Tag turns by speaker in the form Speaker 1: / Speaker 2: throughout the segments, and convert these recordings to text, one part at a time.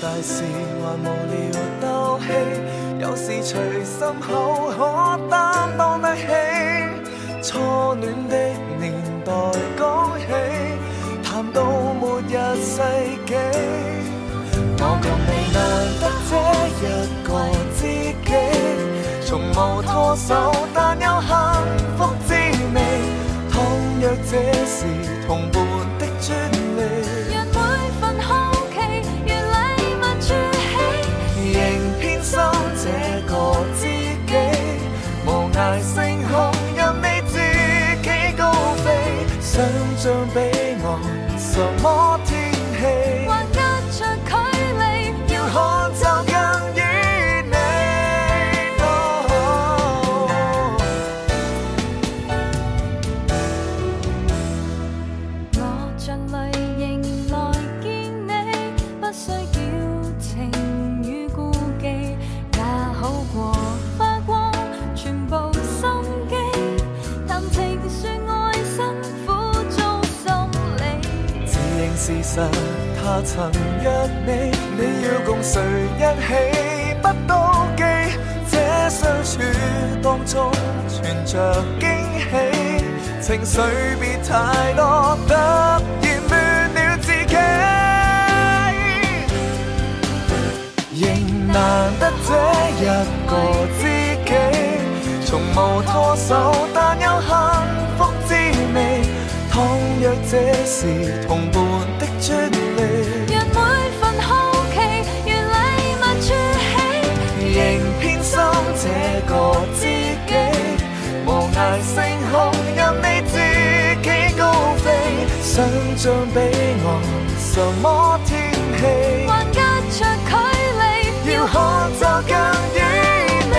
Speaker 1: 大事還無聊鬥氣，有時隨心口可擔當得起。初戀的年代講起，談到末日世紀，我共你難得這一個知己，從無拖手，但有幸福滋味。倘若這是同伴的專利。
Speaker 2: 讓每份好奇如禮物儲起，
Speaker 1: 仍偏心這個知己，無涯星空任你自己高飛，想像彼岸什麼天氣，
Speaker 2: 劃一着距離，
Speaker 1: 要可走近於你。
Speaker 2: 我像淚迎來見你，不需矯情與顧忌，也好過花光全部心機。談情說愛辛苦做心理，
Speaker 1: 自認事實，他曾約你，你要共誰一起不妒忌？這相處當中存着驚喜，情緒別太多，突然亂了自己。仍難得這一個知己，從無拖手，但有幸福滋味。倘若這是同伴的專利，
Speaker 2: 讓每份好奇如禮物儲起。
Speaker 1: 仍偏心這個知己，無涯星空任你自己高飛，想像彼岸什麼天氣？
Speaker 2: 還隔着距離，
Speaker 1: 要
Speaker 2: 要
Speaker 1: 可就近於你。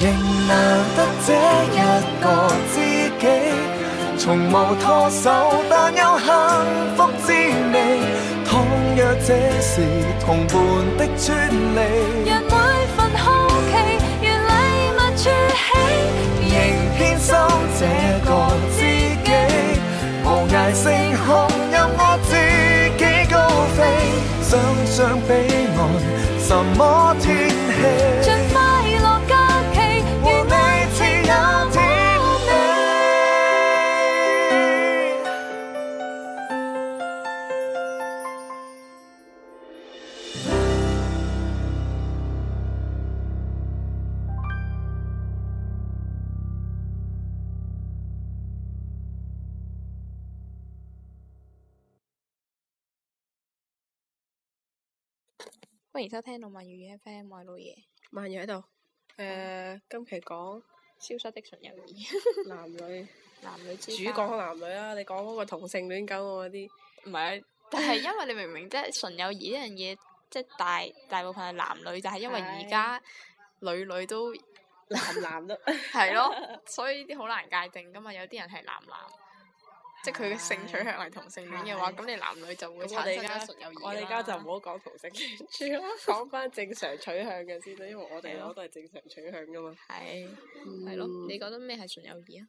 Speaker 1: 仍難得這一個知己，從無拖手，但有幸福滋味。倘若這是同伴的專利。
Speaker 2: 讓每份好奇如禮物儲起，
Speaker 1: 仍偏心這個知己，無涯星空任我自己高飛，想像彼岸什麼天氣
Speaker 2: 像，快樂假期如
Speaker 1: 和你似有天地。
Speaker 3: 歡迎收聽《動漫語 FM》，我係老爺。
Speaker 4: 萬嘢喺度。誒、今期講
Speaker 3: 消失的純友誼，
Speaker 4: 男女
Speaker 3: 男女 之
Speaker 4: 主
Speaker 3: 間
Speaker 4: 講男女啦，你講嗰個同性戀狗我嗰啲，
Speaker 3: 唔係，但係因為你明唔明即係純友誼呢樣嘢，即係大大部分係男女，就係因為而家女女 都
Speaker 4: 男男 都
Speaker 3: 係咯，所以呢啲好難界定噶嘛。有啲人係男男，即係佢嘅性取向係同性戀嘅話，
Speaker 4: 係
Speaker 3: 咁你男女就 會
Speaker 4: 咁我
Speaker 3: 產
Speaker 4: 哋
Speaker 3: 生
Speaker 4: 而家
Speaker 3: 咗純友誼啦。
Speaker 4: 我哋而家就唔好講同性戀住啦，講翻正常取向嘅先啦，因為我哋
Speaker 3: 係咯
Speaker 4: 兩個都係正常取向噶嘛。嗯
Speaker 3: 係嗯係咯，你覺得咩係純友 誼啊？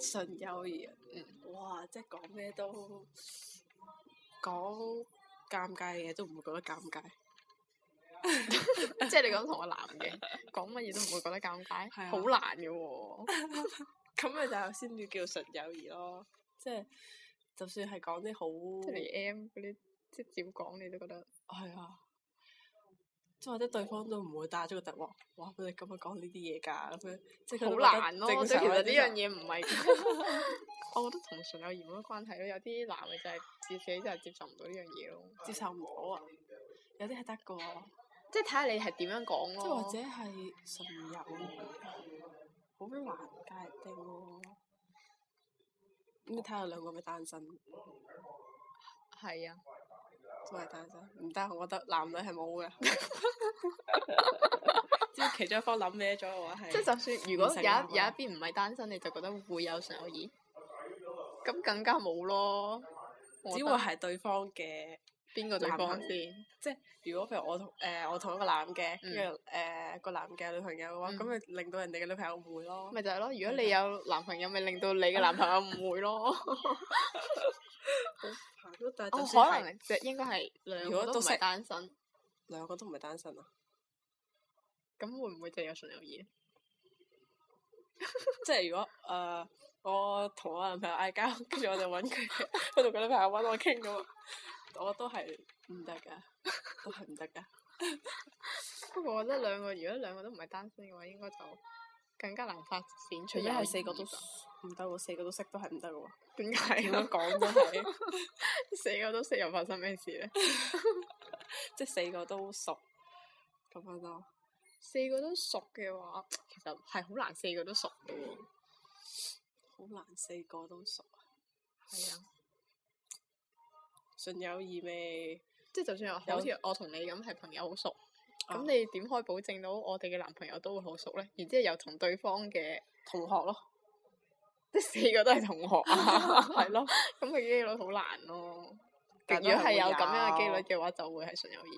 Speaker 4: 純友誼啊，哇！即係講咩都講尷尬嘅嘢都唔會覺得尷尬，
Speaker 3: 即係你講同個男嘅講乜嘢都唔會覺得尷尬，
Speaker 4: 係啊
Speaker 3: 好難嘅喎。
Speaker 4: 咁咪就先至叫純友誼咯。即係就算係講啲好
Speaker 3: 即係你 M 嗰啲，即係照講你都覺得。
Speaker 4: 係啊，即係或者對方都唔會打咗個突話，哇！佢哋咁樣講呢啲嘢㗎，咁樣即係佢
Speaker 3: 好
Speaker 4: 都覺得
Speaker 3: 難咯，
Speaker 4: 正
Speaker 3: 即係
Speaker 4: 常
Speaker 3: 其實呢
Speaker 4: 一啲
Speaker 3: 樣
Speaker 4: 就
Speaker 3: 嘢唔係， 我覺得同純友誼冇乜關係咯。有啲男嘅就係自己就係接受唔到呢樣嘢咯，
Speaker 4: 接受唔到啊。有啲係得㗎喎，
Speaker 3: 即係睇下你係點樣講
Speaker 4: 即
Speaker 3: 咯。
Speaker 4: 係或者係純友誼，好難界定喎。咁你睇下兩個咪單身，
Speaker 3: 係啊，
Speaker 4: 都係單身，唔得，我覺得男女係冇 嘅。 即係其中一方諗歪咗嘅話係，
Speaker 3: 即係就算如果
Speaker 4: 唔
Speaker 3: 有
Speaker 4: 成
Speaker 3: 一
Speaker 4: 啊
Speaker 3: 有一邊唔係單身，你就覺得會有純友誼，咁更加冇咯。我
Speaker 4: 只
Speaker 3: 覺
Speaker 4: 會
Speaker 3: 得
Speaker 4: 係對方嘅
Speaker 3: 邊個對
Speaker 4: 男
Speaker 3: 方
Speaker 4: 朋
Speaker 3: 先？
Speaker 4: 即係如果譬如我同誒、呃我同一個男嘅，
Speaker 3: 嗯
Speaker 4: 跟住誒個男嘅有女朋友嘅話，
Speaker 3: 嗯
Speaker 4: 咁咪、令到人哋嘅女朋友誤會咯。
Speaker 3: 咪就係咯，如果你有男朋友，咪令到你嘅男朋友誤會 咯。
Speaker 4: 係咯但係
Speaker 3: 哦，
Speaker 4: 就算
Speaker 3: 可
Speaker 4: 係
Speaker 3: 能即係應該係兩
Speaker 4: 如果
Speaker 3: 個都
Speaker 4: 都
Speaker 3: 唔
Speaker 4: 識
Speaker 3: 係單身，
Speaker 4: 兩個都唔係單身啊，
Speaker 3: 咁會唔會就有純友誼？
Speaker 4: 即係如果誒、我同我男朋友嗌交， 跟住我就揾佢， 佢同佢女朋友揾我傾咁啊，我都係唔得㗎， 都係唔得㗎。
Speaker 3: 不過我覺得兩個如果兩個都唔係單身嘅話，應該就更加難發展
Speaker 4: 除
Speaker 3: 出友
Speaker 4: 非
Speaker 3: 誼吧。
Speaker 4: 係四個都唔得喎，四個都識都係唔得㗎喎。
Speaker 3: 點解
Speaker 4: 點樣
Speaker 3: 啊？
Speaker 4: 講真係，
Speaker 3: 四個都識又發生咩事咧？
Speaker 4: 即係四個都熟咁樣咯。
Speaker 3: 四個都熟嘅話，其實係好難四個都熟嘅喎。
Speaker 4: 好難四個都熟啊！
Speaker 3: 係啊，
Speaker 4: 純友誼未？
Speaker 3: 即係就算話
Speaker 4: 有
Speaker 3: 好似我同你咁係朋友好熟，咁、
Speaker 4: 啊
Speaker 3: 你點可以保證到我哋嘅男朋友都會好熟咧？然之後又同對方嘅
Speaker 4: 同學 咯，
Speaker 3: 即係四個都係同學 啊，
Speaker 4: 係咯，
Speaker 3: 咁嘅機率好難咯。如
Speaker 4: 但都
Speaker 3: 果係
Speaker 4: 係
Speaker 3: 有
Speaker 4: 會
Speaker 3: 咁樣嘅機
Speaker 4: 有
Speaker 3: 率嘅話，就會係純友誼。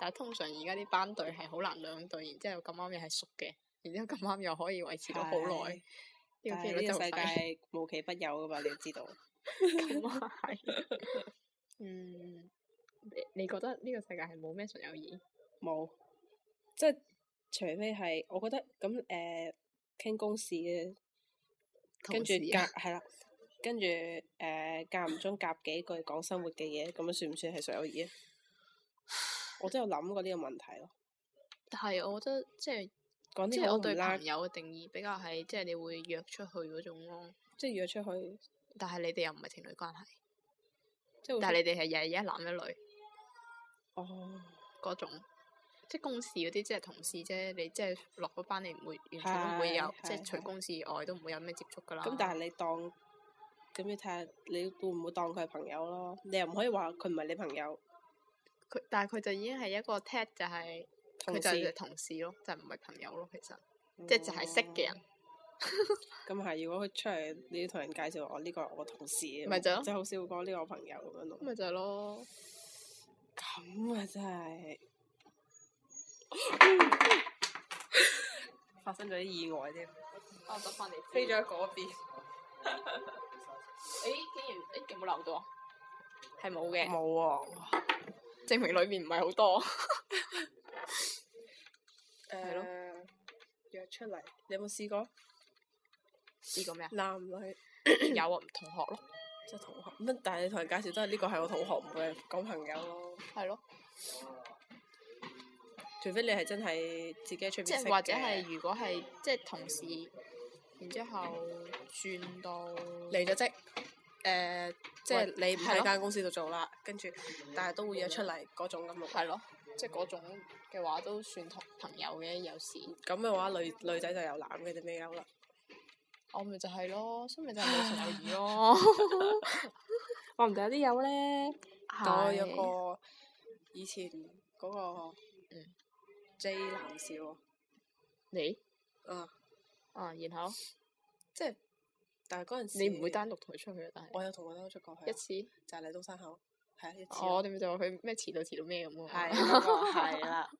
Speaker 3: 但係通常而家啲班隊係好難兩隊，然之後咁啱又係熟嘅，然之後咁啱又可以維持到好耐，
Speaker 4: 係。
Speaker 3: 呢個
Speaker 4: 但
Speaker 3: 機
Speaker 4: 係
Speaker 3: 率
Speaker 4: 呢
Speaker 3: 就
Speaker 4: 個世
Speaker 3: 細。
Speaker 4: 界無奇不有噶 嘛，你要知道。
Speaker 3: 咁啊 係。 嗯，你你覺得呢個世界係冇咩純友誼？
Speaker 4: 冇，即係除非係，我覺得咁誒傾公事嘅，跟住
Speaker 3: 同事
Speaker 4: 夾
Speaker 3: 啊
Speaker 4: 係啦，跟住誒間唔中夾幾句講生活嘅嘢，咁樣算唔算係純友誼啊？我都有諗過呢個問題咯。
Speaker 3: 但係我覺得即係
Speaker 4: 講
Speaker 3: 即
Speaker 4: 啲
Speaker 3: 係
Speaker 4: 好
Speaker 3: 我
Speaker 4: 唔
Speaker 3: 對
Speaker 4: 拉
Speaker 3: 朋，友嘅定義比較係即係你會約出去嗰種咯，
Speaker 4: 即係約出去，
Speaker 3: 但係你哋又唔係情侶關係，
Speaker 4: 即係會
Speaker 3: 但係你哋係日日一男一女。
Speaker 4: 哦，
Speaker 3: 嗰種，即係公事嗰啲，即係同事啫。你即係落咗班，你唔會完全都唔會有
Speaker 4: 係，
Speaker 3: 即係
Speaker 4: 係
Speaker 3: 除
Speaker 4: 係
Speaker 3: 公事以外都唔會有咩接觸噶啦。
Speaker 4: 咁但係你當咁你睇下你會唔會當佢係朋友咯？你又唔可以話佢唔係你朋友，
Speaker 3: 佢但係佢就已經係一個 tag 就係佢
Speaker 4: 同
Speaker 3: 就係
Speaker 4: 事哦嗯
Speaker 3: 同事咯，就唔係朋友咯。其實即係就係識嘅人，
Speaker 4: 咁係，如果佢出嚟，你要同人介紹哦我呢、個我同事，
Speaker 3: 咪就係咯嗯
Speaker 4: 即係好少講呢個我朋友咁樣咯
Speaker 3: 咁。咪就係咯。
Speaker 4: 咁啊真係發生咗啲意外添，
Speaker 3: 我執翻嚟
Speaker 4: 飛咗喺嗰 邊。
Speaker 3: 誒，竟然誒有冇漏到啊？係冇嘅，
Speaker 4: 冇喎、
Speaker 3: 證明裏面唔係好多。係
Speaker 4: 係
Speaker 3: 咯
Speaker 4: 咯，約出嚟，你有冇試過？
Speaker 3: 試過咩啊
Speaker 4: 男女嗯
Speaker 3: 有啊，同學咯，
Speaker 4: 即係同學？乜？但係你同人介紹都係呢個係我同學，唔會係講朋友咯。
Speaker 3: 係咯，
Speaker 4: 除非你係真係自己喺出邊
Speaker 3: 即
Speaker 4: 識
Speaker 3: 係或者係
Speaker 4: 嘅
Speaker 3: 如果係即係同事，然之後轉到
Speaker 4: 離咗職，誒、即係你唔
Speaker 3: 係
Speaker 4: 喺
Speaker 3: 咯
Speaker 4: 間公司度做啦，跟住但係都會約出嚟嗰種咁咯。
Speaker 3: 係咯，即係嗰種嘅話都算同朋友嘅，有時
Speaker 4: 咁嘅話，女女仔就有男嘅就咩優啦。
Speaker 3: 我咪就係咯，所以咪就係冇純友誼咯。
Speaker 4: 我唔定有啲有咧。我有
Speaker 3: 係
Speaker 4: 個以前嗰個
Speaker 3: 嗯
Speaker 4: J 男士喎，
Speaker 3: 你
Speaker 4: 啊，
Speaker 3: 啊，然後
Speaker 4: 即係但係嗰陣時
Speaker 3: 你唔會單獨同佢出去啊，但係
Speaker 4: 我有同佢單出過去
Speaker 3: 一
Speaker 4: 啊，
Speaker 3: 次，
Speaker 4: 就係嚟東山口，係啊一次
Speaker 3: 哦我
Speaker 4: 咯。
Speaker 3: 哋咪就話佢咩遲到遲到咩咁
Speaker 4: 係
Speaker 3: 喎。
Speaker 4: 嗰個係啦，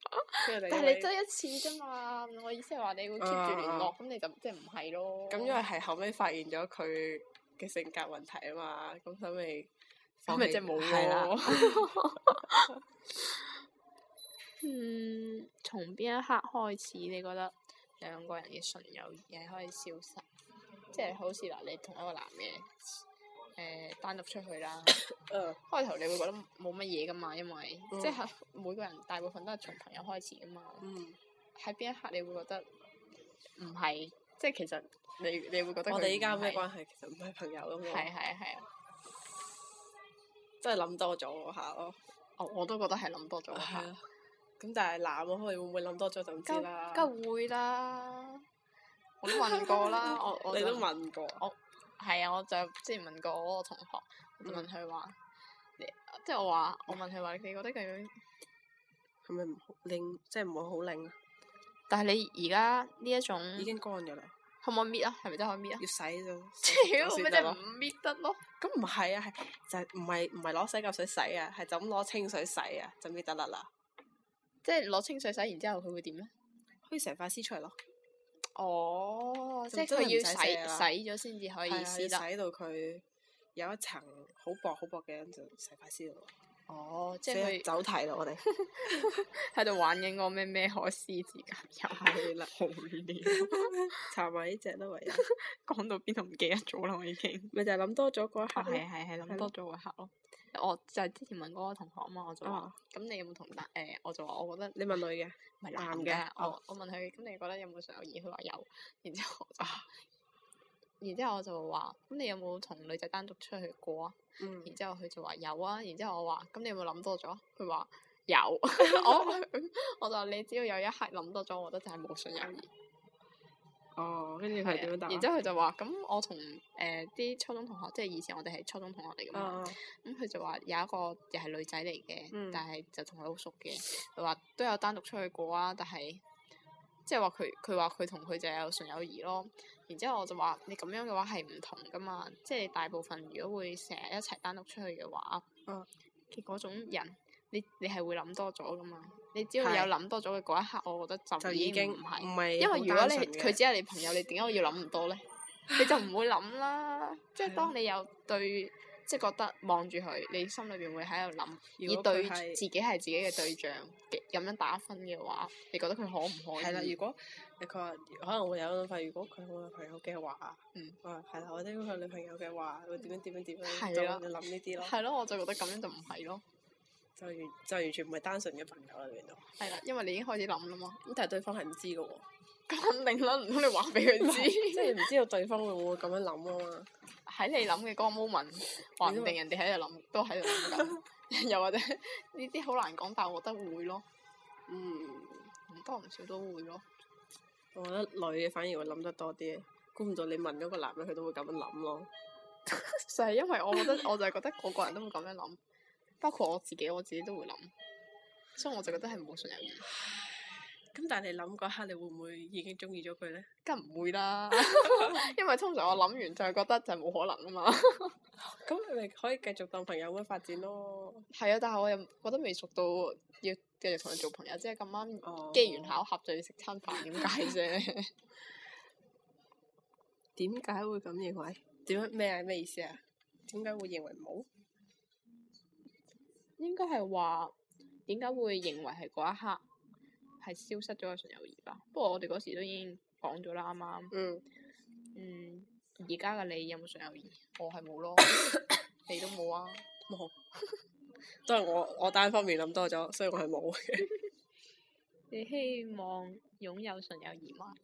Speaker 4: 跟住
Speaker 3: 但
Speaker 4: 就因
Speaker 3: 係
Speaker 4: 為
Speaker 3: 你得一次啫嘛，我意思係話你會 keep 住聯絡，咁你就即係唔係咯？
Speaker 4: 啊咁因為係後尾發現咗佢嘅性格問題啊嘛，咁所以咪
Speaker 3: 咁
Speaker 4: 放
Speaker 3: 咪
Speaker 4: 棄
Speaker 3: 即係冇
Speaker 4: 係啦。
Speaker 3: 咯。 嗯，從邊一刻開始，你覺得兩個人嘅純友誼係可以消失？即係好似嗱，你同一個男嘅誒、單獨出去啦，
Speaker 4: 嗯，
Speaker 3: 開頭你會覺得冇乜嘢噶嘛，因為、
Speaker 4: 嗯
Speaker 3: 即係每個人大部分都係從朋友開始噶嘛。
Speaker 4: 嗯，
Speaker 3: 喺邊一刻你會覺得唔係？即係其實你你會覺得
Speaker 4: 我
Speaker 3: 佢
Speaker 4: 哋依家
Speaker 3: 唔
Speaker 4: 咩
Speaker 3: 係
Speaker 4: 關係？其實唔係朋友咁
Speaker 3: 係
Speaker 4: 喎，
Speaker 3: 係係，
Speaker 4: 真係諗多咗下咯。
Speaker 3: 我我都覺得係諗多咗一下
Speaker 4: 係。啊，咁但係男我可能會唔會諗多咗就唔知
Speaker 3: 梗
Speaker 4: 啦。
Speaker 3: 梗會啦，我都問過啦，我 我
Speaker 4: 你
Speaker 3: 就
Speaker 4: 都問過，
Speaker 3: 係啊，我就之前問過我個同學，我就
Speaker 4: 嗯
Speaker 3: 問佢話，你即係我話我問佢話，你覺得咁樣？
Speaker 4: 係咪唔好令即係唔會好令？啊
Speaker 3: 但係你而家呢一種
Speaker 4: 嗯已經乾咗啦，
Speaker 3: 可唔可以搣啊？係咪真係可 以搣啊
Speaker 4: 要？洗咗。
Speaker 3: 屌，
Speaker 4: 先
Speaker 3: 咪
Speaker 4: 得
Speaker 3: 真係
Speaker 4: 咯
Speaker 3: 唔搣得咯！
Speaker 4: 咁唔係啊，係就係唔係唔係攞洗甲水洗啊，係就咁攞清水洗啊，就搣得甩啦。
Speaker 3: 即係攞清水洗，然之後佢會點咧？
Speaker 4: 可以成塊撕出嚟咯，
Speaker 3: 哦，即
Speaker 4: 就
Speaker 3: 係
Speaker 4: 真
Speaker 3: 佢
Speaker 4: 係唔
Speaker 3: 要
Speaker 4: 使
Speaker 3: 洗
Speaker 4: 洗啦
Speaker 3: 洗咗先至可以
Speaker 4: 係啊，
Speaker 3: 撕得。
Speaker 4: 要洗到佢有一層好薄好薄嘅，咁就成塊撕咯。
Speaker 3: 哦，即
Speaker 4: 所以
Speaker 3: 係佢
Speaker 4: 走題咯， 我哋
Speaker 3: 喺度玩緊個咩咩可撕指甲油。
Speaker 4: 係啦，好料，查埋呢只啦，唯有
Speaker 3: 講到邊度唔記得咗啦，我已經。
Speaker 4: 咪就係諗多咗嗰一刻
Speaker 3: 啊，係
Speaker 4: 咯。
Speaker 3: 係係，
Speaker 4: 係
Speaker 3: 諗多咗會嚇咯。我就係之前問嗰個同學啊嘛，我就話
Speaker 4: 啊：
Speaker 3: 咁你有冇同男誒？我就話我覺得
Speaker 4: 你問女嘅，
Speaker 3: 唔係
Speaker 4: 男
Speaker 3: 男
Speaker 4: 嘅
Speaker 3: 嘅，
Speaker 4: 哦
Speaker 3: 我我問佢，咁你覺得有冇純友誼？佢話有，然之後我就話，然之後我就話，咁你有冇同女仔單獨出去過啊？
Speaker 4: 嗯，
Speaker 3: 然之後佢就話有啊，然之後我話，咁你有冇諗多咗？佢話 有， 我我就話你只要有一刻諗多咗，我覺得就係冇純友誼。
Speaker 4: 哦，跟住
Speaker 3: 係
Speaker 4: 佢點樣答
Speaker 3: 啊
Speaker 4: 啊？
Speaker 3: 然之後佢就話，咁我同誒啲初中同學，即係以前我哋係初中同學嚟噶嘛。
Speaker 4: 啊，
Speaker 3: 咁佢就話有一個又係女仔嚟嘅，
Speaker 4: 嗯
Speaker 3: 但係就同佢好熟嘅。佢話都有單獨出去過啊，但係即係話佢佢話佢同佢就有純友誼咯。然之後我就話你咁樣嘅話係唔同噶嘛，即係大部分如果會成日一齊單獨出去嘅話，
Speaker 4: 嗯
Speaker 3: 嘅嗰種人，你你係會諗多咗噶嘛。你只要
Speaker 4: 係
Speaker 3: 有諗多咗嘅嗰一刻，我覺得
Speaker 4: 就
Speaker 3: 就
Speaker 4: 已經
Speaker 3: 唔
Speaker 4: 唔
Speaker 3: 係，
Speaker 4: 係
Speaker 3: 因為
Speaker 4: 好
Speaker 3: 如果
Speaker 4: 單
Speaker 3: 你
Speaker 4: 純嘅
Speaker 3: 佢只係你朋友，你點解要諗 咁多咧？你就唔會諗啦。即
Speaker 4: 係
Speaker 3: 係當你有對，即係覺得望住佢，你心裏邊會喺度
Speaker 4: 如
Speaker 3: 諗，
Speaker 4: 果
Speaker 3: 而
Speaker 4: 佢
Speaker 3: 對
Speaker 4: 係
Speaker 3: 自己係自己嘅對象嘅咁樣打分嘅話，你覺得佢可唔可以？
Speaker 4: 係啦，如果佢話可能會有諗法，如果佢有女朋友嘅話，
Speaker 3: 嗯，
Speaker 4: 啊係啦，或者佢有女朋友嘅話，會點樣點樣點樣，
Speaker 3: 係
Speaker 4: 就
Speaker 3: 啦
Speaker 4: 會諗呢啲咯，
Speaker 3: 係咯，我就覺得咁樣就唔係咯。
Speaker 4: 就完就完全唔係單純嘅朋友啦，變到。
Speaker 3: 係啦，因為你已經開始諗啦嘛。
Speaker 4: 咁但係對方係唔知嘅喎，
Speaker 3: 咁肯定啦，唔通你話俾佢 知？
Speaker 4: 即係唔知道對方會唔會咁樣諗啊嘛。
Speaker 3: 喺你諗嘅嗰個 moment，話唔定人哋喺度諗，都喺度諗緊。又或者 呢啲好難講，但我覺得會咯，
Speaker 4: 嗯，
Speaker 3: 唔多唔少都會咯。
Speaker 4: 我覺得女嘅反而會諗得多啲，估唔到你問嗰個男人，佢都會咁樣諗咯。
Speaker 3: 就係因為我覺得， 我就係覺得個個人都會咁樣諗，包括我自己，我自己都會諗，所以我就覺得係冇信任嘅，
Speaker 4: 咁但係你諗嗰刻，你會唔會已經中意咗佢咧？
Speaker 3: 梗唔會啦，因為通常我諗完就係覺得就係冇可能啊嘛，
Speaker 4: 咁你咪可以繼續當朋友咁發展咯。
Speaker 3: 係啊，但係我又覺得未熟到要繼續同佢做朋友，即係咁啱
Speaker 4: 哦
Speaker 3: 機緣巧合就要食餐飯點解啫？
Speaker 4: 點解會咁認為？點樣咩啊？咩意思啊？點解會認為冇？
Speaker 3: 應該係話點解會認為係嗰一刻係消失咗嘅純友誼吧？不過我哋嗰時都已經講咗啦，啱啱。
Speaker 4: 嗯，
Speaker 3: 嗯，而家嘅你有冇純友誼？我係冇 咯，你都冇啊。
Speaker 4: 冇，都係我我單方面諗多咗，所以我係冇 嘅。
Speaker 3: 你希望擁有純友誼嗎？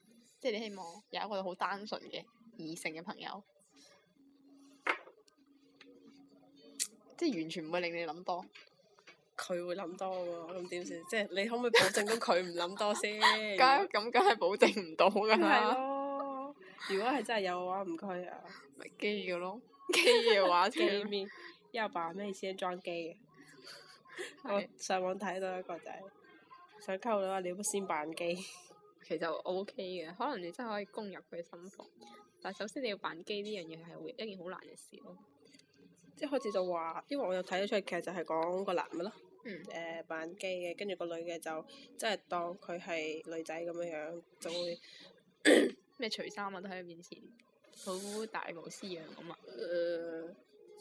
Speaker 3: 即係你希望有一個好單純嘅異性嘅朋友，即係完全唔會令你諗多。
Speaker 4: 佢會諗多喎，咁點算？即係你可唔可以保證到佢唔諗多先？
Speaker 3: 梗係咁，梗係保證唔到㗎
Speaker 4: 梗係
Speaker 3: 啦，
Speaker 4: 咯。如果係真係有嘅話，唔該啊。
Speaker 3: 咪基嘅咯。基嘅話，
Speaker 4: 機面要把咩先裝機嘅？我
Speaker 3: 係
Speaker 4: 上網睇到一個就係想溝女啊，你不先扮 機。
Speaker 3: 其實 O K 嘅，可能你真係可以攻入佢嘅心房，但係首先你要扮基呢樣嘢係會一件好難嘅事咯。
Speaker 4: 即係開始就話，因為我有睇咗出劇，就係講個男嘅咯，
Speaker 3: 嗯
Speaker 4: 誒、扮基嘅，跟住個女嘅就即係當佢係女仔咁樣樣，就會誒、
Speaker 3: 咩除衫啊，都喺佢面前好大無私樣咁啊。
Speaker 4: 呃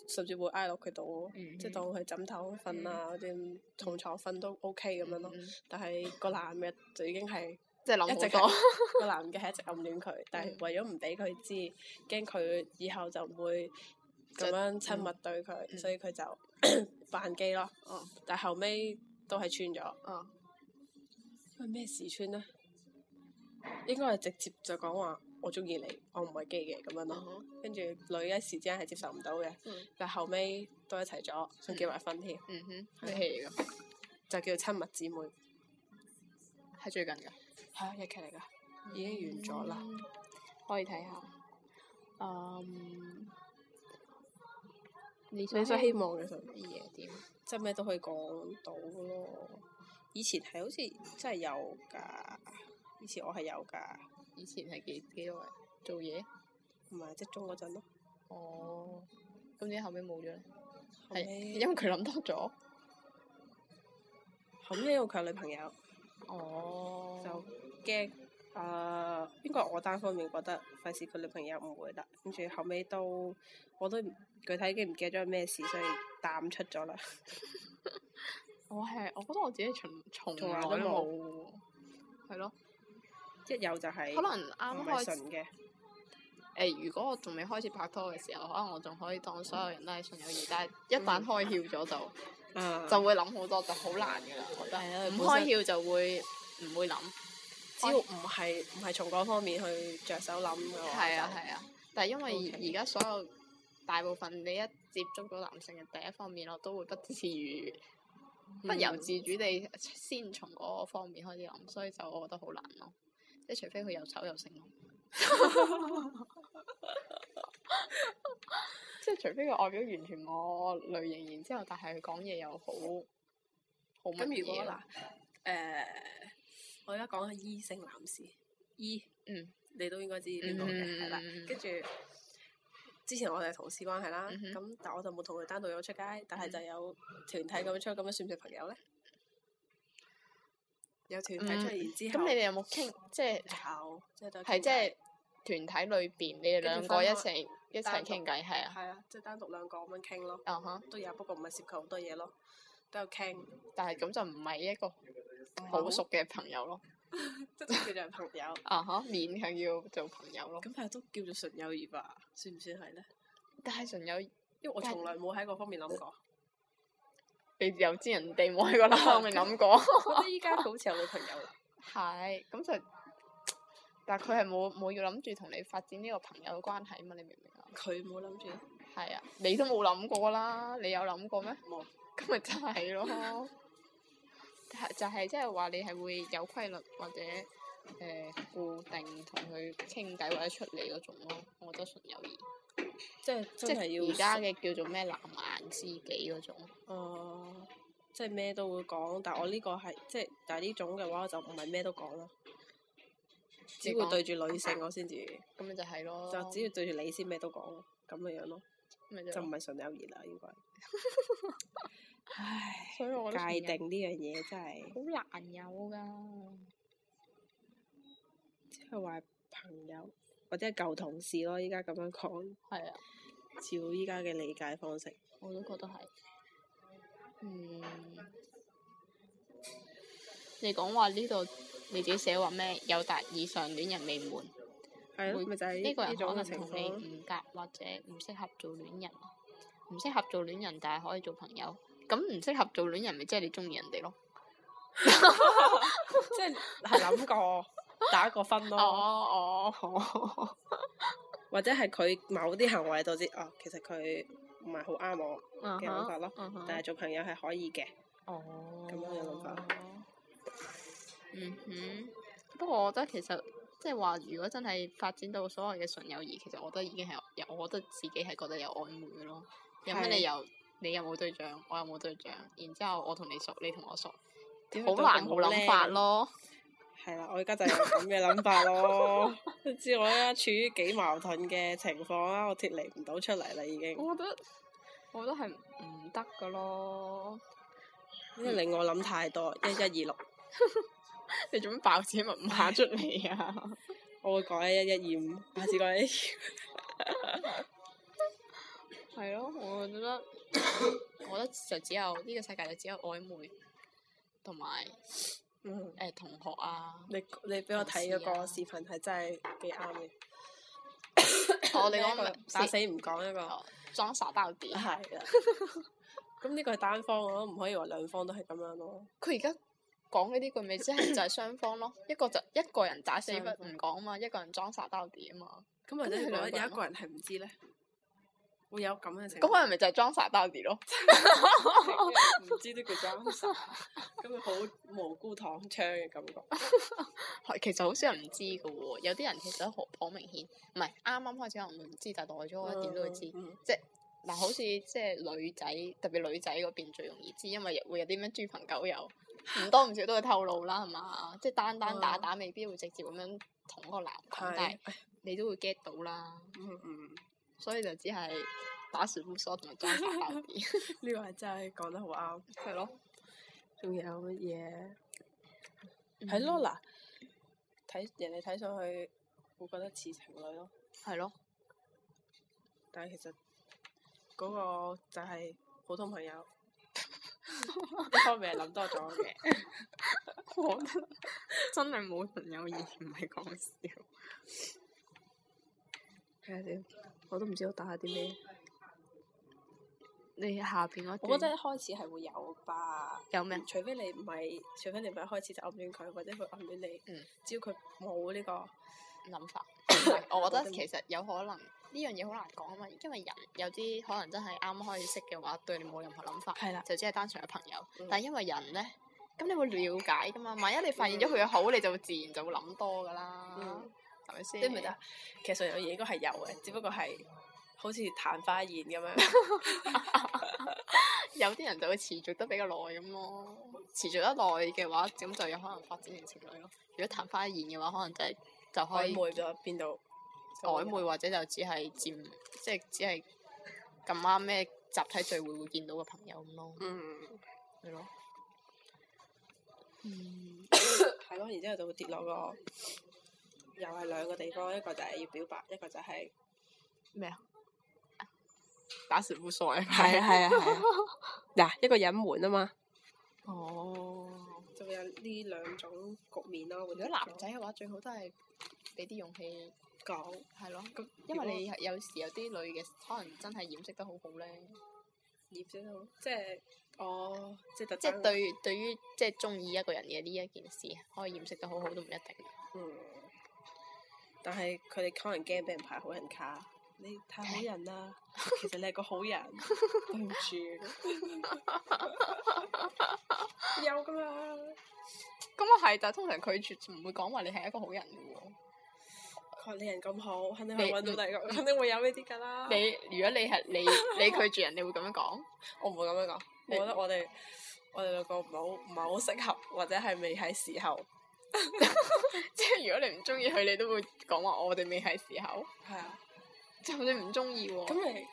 Speaker 4: 甚至會挨落佢度，
Speaker 3: 嗯
Speaker 4: 即係當佢枕頭瞓啊，嗰啲同床瞓都 OK 咁樣咯。
Speaker 3: 嗯
Speaker 4: 但係個男嘅就已經係
Speaker 3: 即係
Speaker 4: 一直
Speaker 3: 諗好
Speaker 4: 係
Speaker 3: 多。
Speaker 4: 個男嘅係一直暗戀佢，但係為咗唔俾佢知，驚佢以後就唔會咁樣親密對佢，
Speaker 3: 嗯
Speaker 4: 所以佢就扮基咯。
Speaker 3: 哦
Speaker 4: 但後尾都係穿咗，
Speaker 3: 哦，
Speaker 4: 因為咩事穿呢？應該係直接就講話我中意你，我唔係基嘅咁樣咯。跟住女一時之間係接受唔到嘅，
Speaker 3: 哦嗯
Speaker 4: 但後尾都一齊咗，仲結埋婚添，
Speaker 3: 嗯哼，咩戲嚟㗎？
Speaker 4: 就叫親密姊妹，
Speaker 3: 係最近㗎，
Speaker 4: 係啊，日劇嚟㗎，已經完咗啦。
Speaker 3: 嗯，可以睇下。嗯，你
Speaker 4: 你所希
Speaker 3: 希望
Speaker 4: 望嘅就
Speaker 3: 乜嘢點？
Speaker 4: 即係咩都可以講到咯。以前係好似真係有㗎，以前我係有㗎，
Speaker 3: 以前係幾幾耐？做嘢？
Speaker 4: 唔係職中嗰陣咯。
Speaker 3: 哦，咁點解後尾冇咗咧？
Speaker 4: 後
Speaker 3: 係
Speaker 4: 尾
Speaker 3: 因為佢諗多咗。
Speaker 4: 後尾因為佢有女朋友，
Speaker 3: 哦
Speaker 4: 就驚啊、應該我單方面覺得費事佢女朋友誤會啦。跟住後尾都我都唔具體已經唔記得咗係咩事，所以淡出咗啦。
Speaker 3: 我係我覺得我自己從從
Speaker 4: 從
Speaker 3: 來
Speaker 4: 來
Speaker 3: 都
Speaker 4: 都
Speaker 3: 冇
Speaker 4: 冇
Speaker 3: 喎，係咯，
Speaker 4: 一有就係
Speaker 3: 可能
Speaker 4: 唔
Speaker 3: 啱
Speaker 4: 係
Speaker 3: 開始
Speaker 4: 純嘅，
Speaker 3: 誒、如果我仲未開始拍拖嘅時候，可能我仲可以當所有人都係純友誼，但係一
Speaker 4: 嗯
Speaker 3: 旦開竅咗就、
Speaker 4: 啊
Speaker 3: 就會諗好多，就好難㗎啦。我覺得
Speaker 4: 係啊
Speaker 3: 唔
Speaker 4: 本身
Speaker 3: 開竅就會唔會諗，
Speaker 4: 只要唔係唔係從嗰方面去着手諗嘅話，
Speaker 3: 係啊係啊。但係因為
Speaker 4: OK
Speaker 3: 而家所有大部分你一接觸到男性嘅第一方面，我都會不自如、不由
Speaker 4: 嗯
Speaker 3: 自主地先從嗰個方面開始諗，所以就我覺得好難咯。即係除非佢又醜又性咯， 即係除非佢外表完全我類型，然之後但係佢講嘢又好好乜
Speaker 4: 咁如果
Speaker 3: 嘢
Speaker 4: 嗱
Speaker 3: 咯，
Speaker 4: 誒，我而家講係異性男士，異
Speaker 3: 嗯
Speaker 4: 你都應該知邊個嘅係啦
Speaker 3: 嗯嗯嗯嗯嗯，
Speaker 4: 跟住。之前我哋係同事關係啦，
Speaker 3: 嗯哼嗯
Speaker 4: 咁、但我就冇同佢單獨有出街，但係就有團體咁樣出，咁樣算唔算朋友咧？有團體出，
Speaker 3: 嗯
Speaker 4: 然之後
Speaker 3: 咁你哋有冇傾？即係
Speaker 4: 有即係都
Speaker 3: 係
Speaker 4: 傾
Speaker 3: 即
Speaker 4: 偈
Speaker 3: 係團體裏邊，你哋
Speaker 4: 跟
Speaker 3: 兩
Speaker 4: 住
Speaker 3: 個
Speaker 4: 分
Speaker 3: 一
Speaker 4: 開
Speaker 3: 齊一齊
Speaker 4: 單獨
Speaker 3: 傾偈係啊，
Speaker 4: 係啊，即係單獨兩個咁樣傾咯，
Speaker 3: 啊哈！
Speaker 4: 都有，不過唔係涉及好多嘢咯，都有傾，
Speaker 3: 但係咁就唔係一個好熟嘅朋友咯，
Speaker 4: 即係叫做朋友。
Speaker 3: 啊哈！勉強要做朋友咯。
Speaker 4: 咁但係都叫做純友誼吧？算唔算係咧？
Speaker 3: 但係純友，
Speaker 4: 因為我
Speaker 3: 但係啊
Speaker 4: 從來冇喺嗰方面 諗過。
Speaker 3: 你又知人哋 冇喺個欄上面諗過。
Speaker 4: 我覺得依家佢好似有女朋友啦。
Speaker 3: 係，咁就，但係佢係冇冇要諗住同你發展呢個朋友關係嘛？你明唔明啊？
Speaker 4: 佢冇諗住，
Speaker 3: 係啊，你都冇諗過啦，你有諗過咩？
Speaker 4: 冇。
Speaker 3: 咁咪就係咯，就係就係即係話你係會有規律或者誒、呃固定同佢傾偈或者出嚟嗰種咯，我覺得純友誼，
Speaker 4: 即係
Speaker 3: 即
Speaker 4: 真係
Speaker 3: 係
Speaker 4: 要
Speaker 3: 而家嘅叫做咩藍顏知己嗰種。
Speaker 4: 哦，即係咩都會講，但我呢個係即係，但係呢種嘅話我就唔係咩都講咯，只會對住女性我先至，
Speaker 3: 咁咪就係咯，
Speaker 4: 就只要對住你先咩都講咁嘅樣咯，
Speaker 3: 咪
Speaker 4: 就
Speaker 3: 就
Speaker 4: 唔係純友誼啦應 該。唉，
Speaker 3: 所以我覺得
Speaker 4: 界
Speaker 3: 純友
Speaker 4: 定呢樣嘢真係
Speaker 3: 好難有㗎。
Speaker 4: 即係話朋友或者係舊同事咯，依家咁樣講，
Speaker 3: 係啊，
Speaker 4: 照依家嘅理解方式。
Speaker 3: 我都覺得係。嗯，你講話呢度你自己寫話咩？有達以上戀人未滿，
Speaker 4: 係咯，
Speaker 3: 會
Speaker 4: 咪就係
Speaker 3: 呢個
Speaker 4: 呢
Speaker 3: 人可
Speaker 4: 種嘅
Speaker 3: 能
Speaker 4: 情
Speaker 3: 同
Speaker 4: 況咯。
Speaker 3: 你唔夾，或者唔適合做戀人，唔適合做戀人，但係可以做朋友。咁唔適合做戀人，咪即係你中意人哋咯。
Speaker 4: 即係係諗過打個分 咯，
Speaker 3: 哦哦，
Speaker 4: 或者係佢某啲行為導致哦，其實佢唔係好啱我，
Speaker 3: 嘅
Speaker 4: 嘅諗法咯但
Speaker 3: 但
Speaker 4: 係做朋友係可以嘅。
Speaker 3: 嗯哦，
Speaker 4: 咁樣嘅諗法。
Speaker 3: 嗯哼，不過我覺得其實即係話，如果真係發展到所謂嘅純友誼，其實我覺得已經係有，我覺得自己係覺得有曖昧嘅咯。有咩
Speaker 4: 係
Speaker 3: 理由你又冇對象，我又冇對象，然之後我同你熟，你同我熟，
Speaker 4: 點
Speaker 3: 好
Speaker 4: 解對
Speaker 3: 難
Speaker 4: 咁
Speaker 3: 冇諗法
Speaker 4: 叻
Speaker 3: 咯。
Speaker 4: 係啦，我而家就有咁嘅諗法咯。 你知我而家處於幾矛盾嘅情況啦，我脱離唔到出嚟啦已經。
Speaker 3: 我覺得我覺得係唔得嘅咯。
Speaker 4: 因為令我諗太多，一一二六，
Speaker 3: 你做咩爆自己密碼出嚟啊？
Speaker 4: 我會改一一二五，下次改一
Speaker 3: 係咯，我覺得我覺得就只有呢、個世界就只有曖昧同埋
Speaker 4: 嗯，。
Speaker 3: 誒同學啊
Speaker 4: 你你俾我睇嗰
Speaker 3: 同
Speaker 4: 個
Speaker 3: 事
Speaker 4: 視頻係真係幾啱嘅。
Speaker 3: 我哋
Speaker 4: 呢一個
Speaker 3: 哦講
Speaker 4: 打死唔講一個。
Speaker 3: 裝傻包底。
Speaker 4: 係啦。 咁呢個係單方咯，唔可以話兩方都係咁樣咯。
Speaker 3: 佢而家講嘅呢句咪即係就係雙方咯，一個就一個人打死不
Speaker 4: 雙
Speaker 3: 唔
Speaker 4: 方
Speaker 3: 講啊嘛，一個人裝傻包底啊嘛。
Speaker 4: 咁或
Speaker 3: 者
Speaker 4: 者
Speaker 3: 如
Speaker 4: 如
Speaker 3: 果
Speaker 4: 果有
Speaker 3: 有一
Speaker 4: 一
Speaker 3: 個
Speaker 4: 個人係唔知咧，會有咁嘅情
Speaker 3: 咁啊
Speaker 4: 況，
Speaker 3: 可能咪就係裝傻包底咯。
Speaker 4: 唔知都叫裝傻，咁咪好無辜躺槍嘅感覺。
Speaker 3: 係其實好少人唔知嘅喎，有啲人其實好好明顯，唔係啱啱開始可能會唔知，但係耐咗我覺得點都會知。
Speaker 4: 嗯
Speaker 3: 即係嗱，好似即係女仔，特別女仔嗰邊最容易知，因為有會有啲咩豬朋狗友，唔多唔少都會透露啦，係嘛？即係單單打
Speaker 4: 嗯
Speaker 3: 打未必會直接咁樣同嗰個男講，但
Speaker 4: 係
Speaker 3: 係，你都會 get 到啦。
Speaker 4: 嗯嗯，
Speaker 3: 所以就只係打樹烏索同埋裝傻爆啲，
Speaker 4: 呢個係真係講得好啱。
Speaker 3: 係咯。
Speaker 4: 仲有乜嘢？
Speaker 3: 嗯
Speaker 4: 係咯，嗱，睇人哋睇上去會覺得似情侶咯，
Speaker 3: 係咯，
Speaker 4: 但係其實嗰個就係普通朋 友，一方面係諗多咗嘅。
Speaker 3: 我覺得真係冇朋友義，唔係講笑。
Speaker 4: 睇下先，我都唔知我打下啲咩。
Speaker 3: 你下邊嗰
Speaker 4: 我覺得
Speaker 3: 段
Speaker 4: 一開始係會有吧。
Speaker 3: 有咩？
Speaker 4: 除非你唔係，除非你唔係一開始就暗戀佢，或者佢暗戀你，
Speaker 3: 嗯
Speaker 4: 只要佢冇呢個，
Speaker 3: 諗法。 我覺
Speaker 4: 我都
Speaker 3: 得其實有可能呢樣嘢好難講啊嘛，因為人有啲可能真係啱開始識嘅話，對你冇任何諗法，
Speaker 4: 係啦
Speaker 3: 就只係單純嘅朋友。
Speaker 4: 嗯
Speaker 3: 但係因為人呢，咁你會了解噶嘛，萬一你發現咗佢嘅好，你就會自然就會諗多噶啦，
Speaker 4: 嗯
Speaker 3: 係咪
Speaker 4: 即
Speaker 3: 先？
Speaker 4: 係咪得？其實上有嘢應該係有嘅，只不過係好似曇花現咁 樣。
Speaker 3: 有啲人就會持續得比較耐咁咯，持續得耐嘅話，咁就有可能發展成情侶咯。如果曇花現嘅話，可能就係就
Speaker 4: 曖
Speaker 3: 可以
Speaker 4: 昧咗變到
Speaker 3: 曖昧，或者就只係佔，即係只係咁啱咩集體聚會會見到嘅朋友咁咯，
Speaker 4: 嗯，
Speaker 3: 係咯。
Speaker 4: 係咯，然之後就會跌落個又係兩個地方，一個就係要表白，一個就係
Speaker 3: 咩啊？打死無所謂。
Speaker 4: 係啊係啊係啊， 嗱一個隱瞞啊嘛，
Speaker 3: 哦。
Speaker 4: 就會有呢兩種局面咯。
Speaker 3: 如
Speaker 4: 如
Speaker 3: 果男仔嘅話，最好都係俾啲勇氣，
Speaker 4: 講，
Speaker 3: 係咯。
Speaker 4: 咁
Speaker 3: 因為你係有時有啲女嘅，可能真係掩飾得好好咧，
Speaker 4: 你業績都即係哦，即係特
Speaker 3: 即係
Speaker 4: 登
Speaker 3: 對對於即係中意一個人嘅呢一件事，可以掩飾得好好都唔一定。
Speaker 4: 嗯，但係佢哋可能驚俾人排好人卡，你太好人 啦，其實你係個好人，對唔住，有噶嘛，
Speaker 3: 咁啊係，但係通常拒絕唔會講話你係一個好人嘅喎。
Speaker 4: 佢你人咁好，肯定係
Speaker 3: 你嗯
Speaker 4: 揾到第二個，肯定會有呢啲㗎啦。
Speaker 3: 你如果你係你你拒絕人，你會咁樣講？
Speaker 4: 我唔會咁樣講，我
Speaker 3: 你
Speaker 4: 覺得我哋我哋兩個唔係好唔係好適合，或者係未係時候。
Speaker 3: 即係如果你唔中意佢，你都會講話哦我哋未係時候。
Speaker 4: 係啊，
Speaker 3: 就算唔中意喎，
Speaker 4: 咁你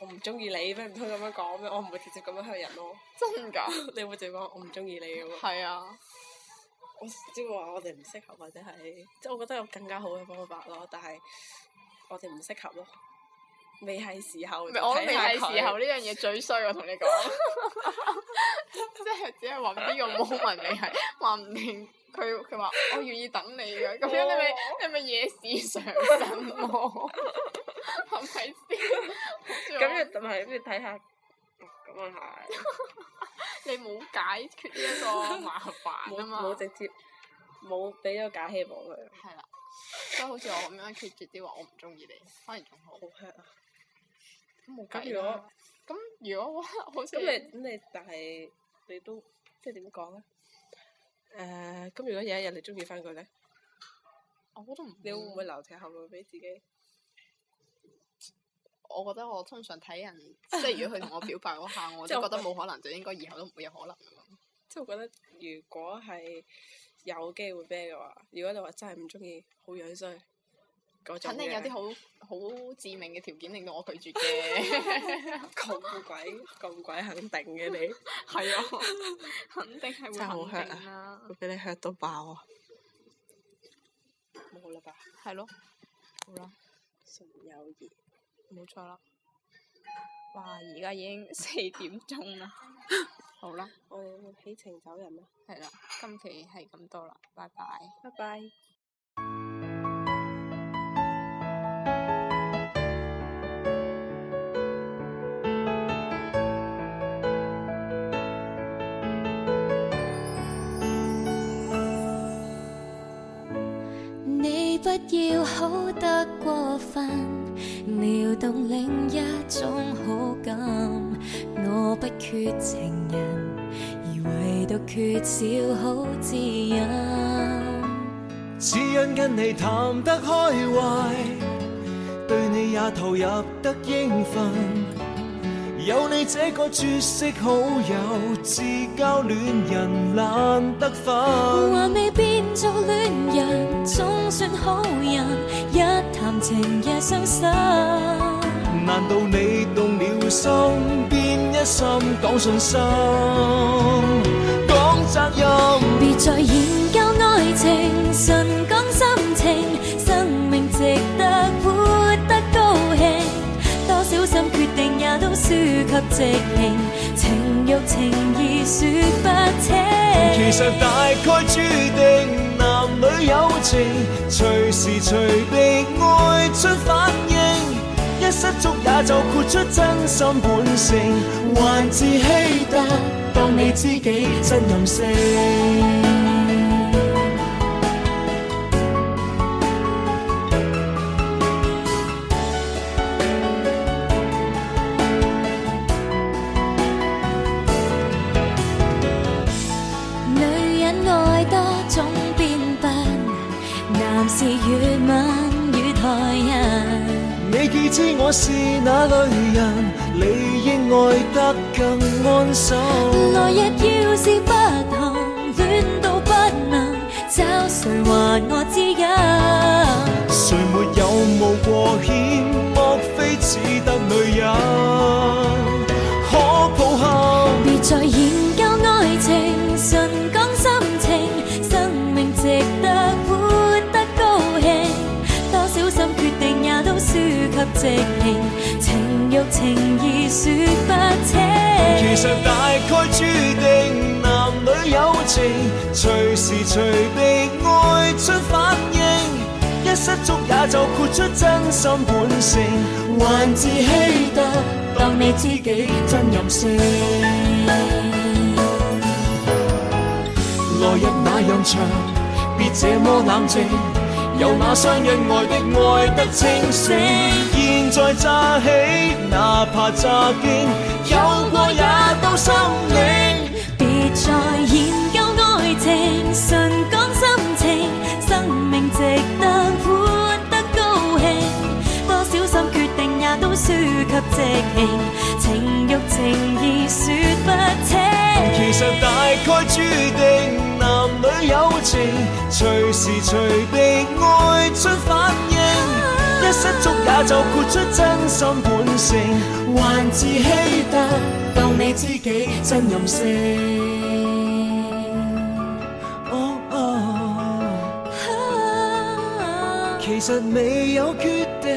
Speaker 4: 我唔中意你咩？唔通咁樣講咩？我唔會直接咁樣向人咯。
Speaker 3: 真㗎？
Speaker 4: 你會直接講我唔中意你咁樣。
Speaker 3: 係啊，
Speaker 4: 我只會話我哋唔適合，或者係即係我覺得有更加好嘅方法咯，但係我哋唔適合咯，未係時候。
Speaker 3: 唔係我都未係時候
Speaker 4: 呢。
Speaker 3: 呢樣嘢最衰，我同你講， 即係只係揾呢個 moment 你係，話唔定佢佢話我願意等你嘅，咁樣你咪你咪惹事上身 喎，係咪先？
Speaker 4: 咁又同埋不如睇下，咁啊
Speaker 3: 你冇解決呢一個麻
Speaker 4: 係，
Speaker 3: 煩
Speaker 4: 冇
Speaker 3: 啊嘛，
Speaker 4: 冇直接冇俾咗假希望佢，
Speaker 3: 係啦，所以好似我咁樣決絕啲話我唔中意你，反而仲好，
Speaker 4: 好吃啊！
Speaker 3: 咁冇
Speaker 4: 咁
Speaker 3: 計
Speaker 4: 如
Speaker 3: 啦
Speaker 4: 果。
Speaker 3: 咁如果我好似
Speaker 4: 咁你咁你但係你都即係點講咧？誒、咁如果有一日你中意翻佢咧，
Speaker 3: 我都唔
Speaker 4: 你會唔會留條後路俾自己？
Speaker 3: 我覺得我通常睇人，即係如果佢同我表白嗰下，我
Speaker 4: 即係
Speaker 3: 都
Speaker 4: 我
Speaker 3: 覺得冇可能，就應該以後都唔會有可能咁。
Speaker 4: 即係我覺得，如果係有機會咩嘅話，如果你話真係唔中意，好樣衰，嗰種
Speaker 3: 肯定有啲
Speaker 4: 好
Speaker 3: 好好致命嘅條件令到我拒絕嘅，
Speaker 4: 咁鬼咁鬼肯定嘅你，
Speaker 3: 係啊， 肯定係
Speaker 4: 真係好
Speaker 3: 會
Speaker 4: hurt 啊
Speaker 3: 肯定啦，
Speaker 4: 會俾你 hurt 到爆啊！冇啦吧，
Speaker 3: 係咯，好啦，
Speaker 4: 純友誼。
Speaker 3: 冇錯啦。哇！而家已經四點鐘啦， 好啦，
Speaker 4: 我哋要起程走人啦，啊
Speaker 3: 係啦，今期係咁多啦，拜拜。
Speaker 4: 拜拜。
Speaker 2: 你不要好得過分，撩動另一種好感。我不缺情人，而唯獨缺少好知音。
Speaker 1: 只因跟你談得開懷，對你也投入得應份，有你這個絕色好友，自交戀人難得分。
Speaker 2: 還未變做戀人，總算好人，一談情也傷心。
Speaker 1: 難道你動了心，變一心講信心，講責任？
Speaker 2: 別再研究愛情，純講心情，生命值得活得高興。多小心決定也都輸給直情，情欲情意說不清。
Speaker 1: 其實大概注定男女友情，隨時隨地愛出反應，一失足也就豁出真心本性，還自欺得當你知己真任性。
Speaker 2: 女人愛多種變笨，男士越敏越害人。
Speaker 1: 你既知我是哪類人，你應愛得更安心。
Speaker 2: 來日要是不幸，戀到不能，找誰還我知音？
Speaker 1: 誰沒有冒過險？莫非只得女人可抱憾？
Speaker 2: 別再研究愛情，純講心情，生命值得活得高興。多小心決定也都輸給直情，情欲情意說不清。
Speaker 1: 其實大概注定男女友情，隨時隨地愛出反應，一失足也就豁出真心本性，還自欺得當你知己真任性。來日那樣長，別這麼冷靜，有那雙恩愛的愛得清醒。現在揸起，哪怕揸經，有過也都心領。
Speaker 2: 別再研究愛情，純講心情，生命值得活得高興。多小心決定也都輸給直情，情欲情意說不清。
Speaker 1: 其實大概注定男女友情，隨時隨地愛出反應，一失足也就豁出真心本性，還自欺得當你知己真任性。哦哦，其實未有決定，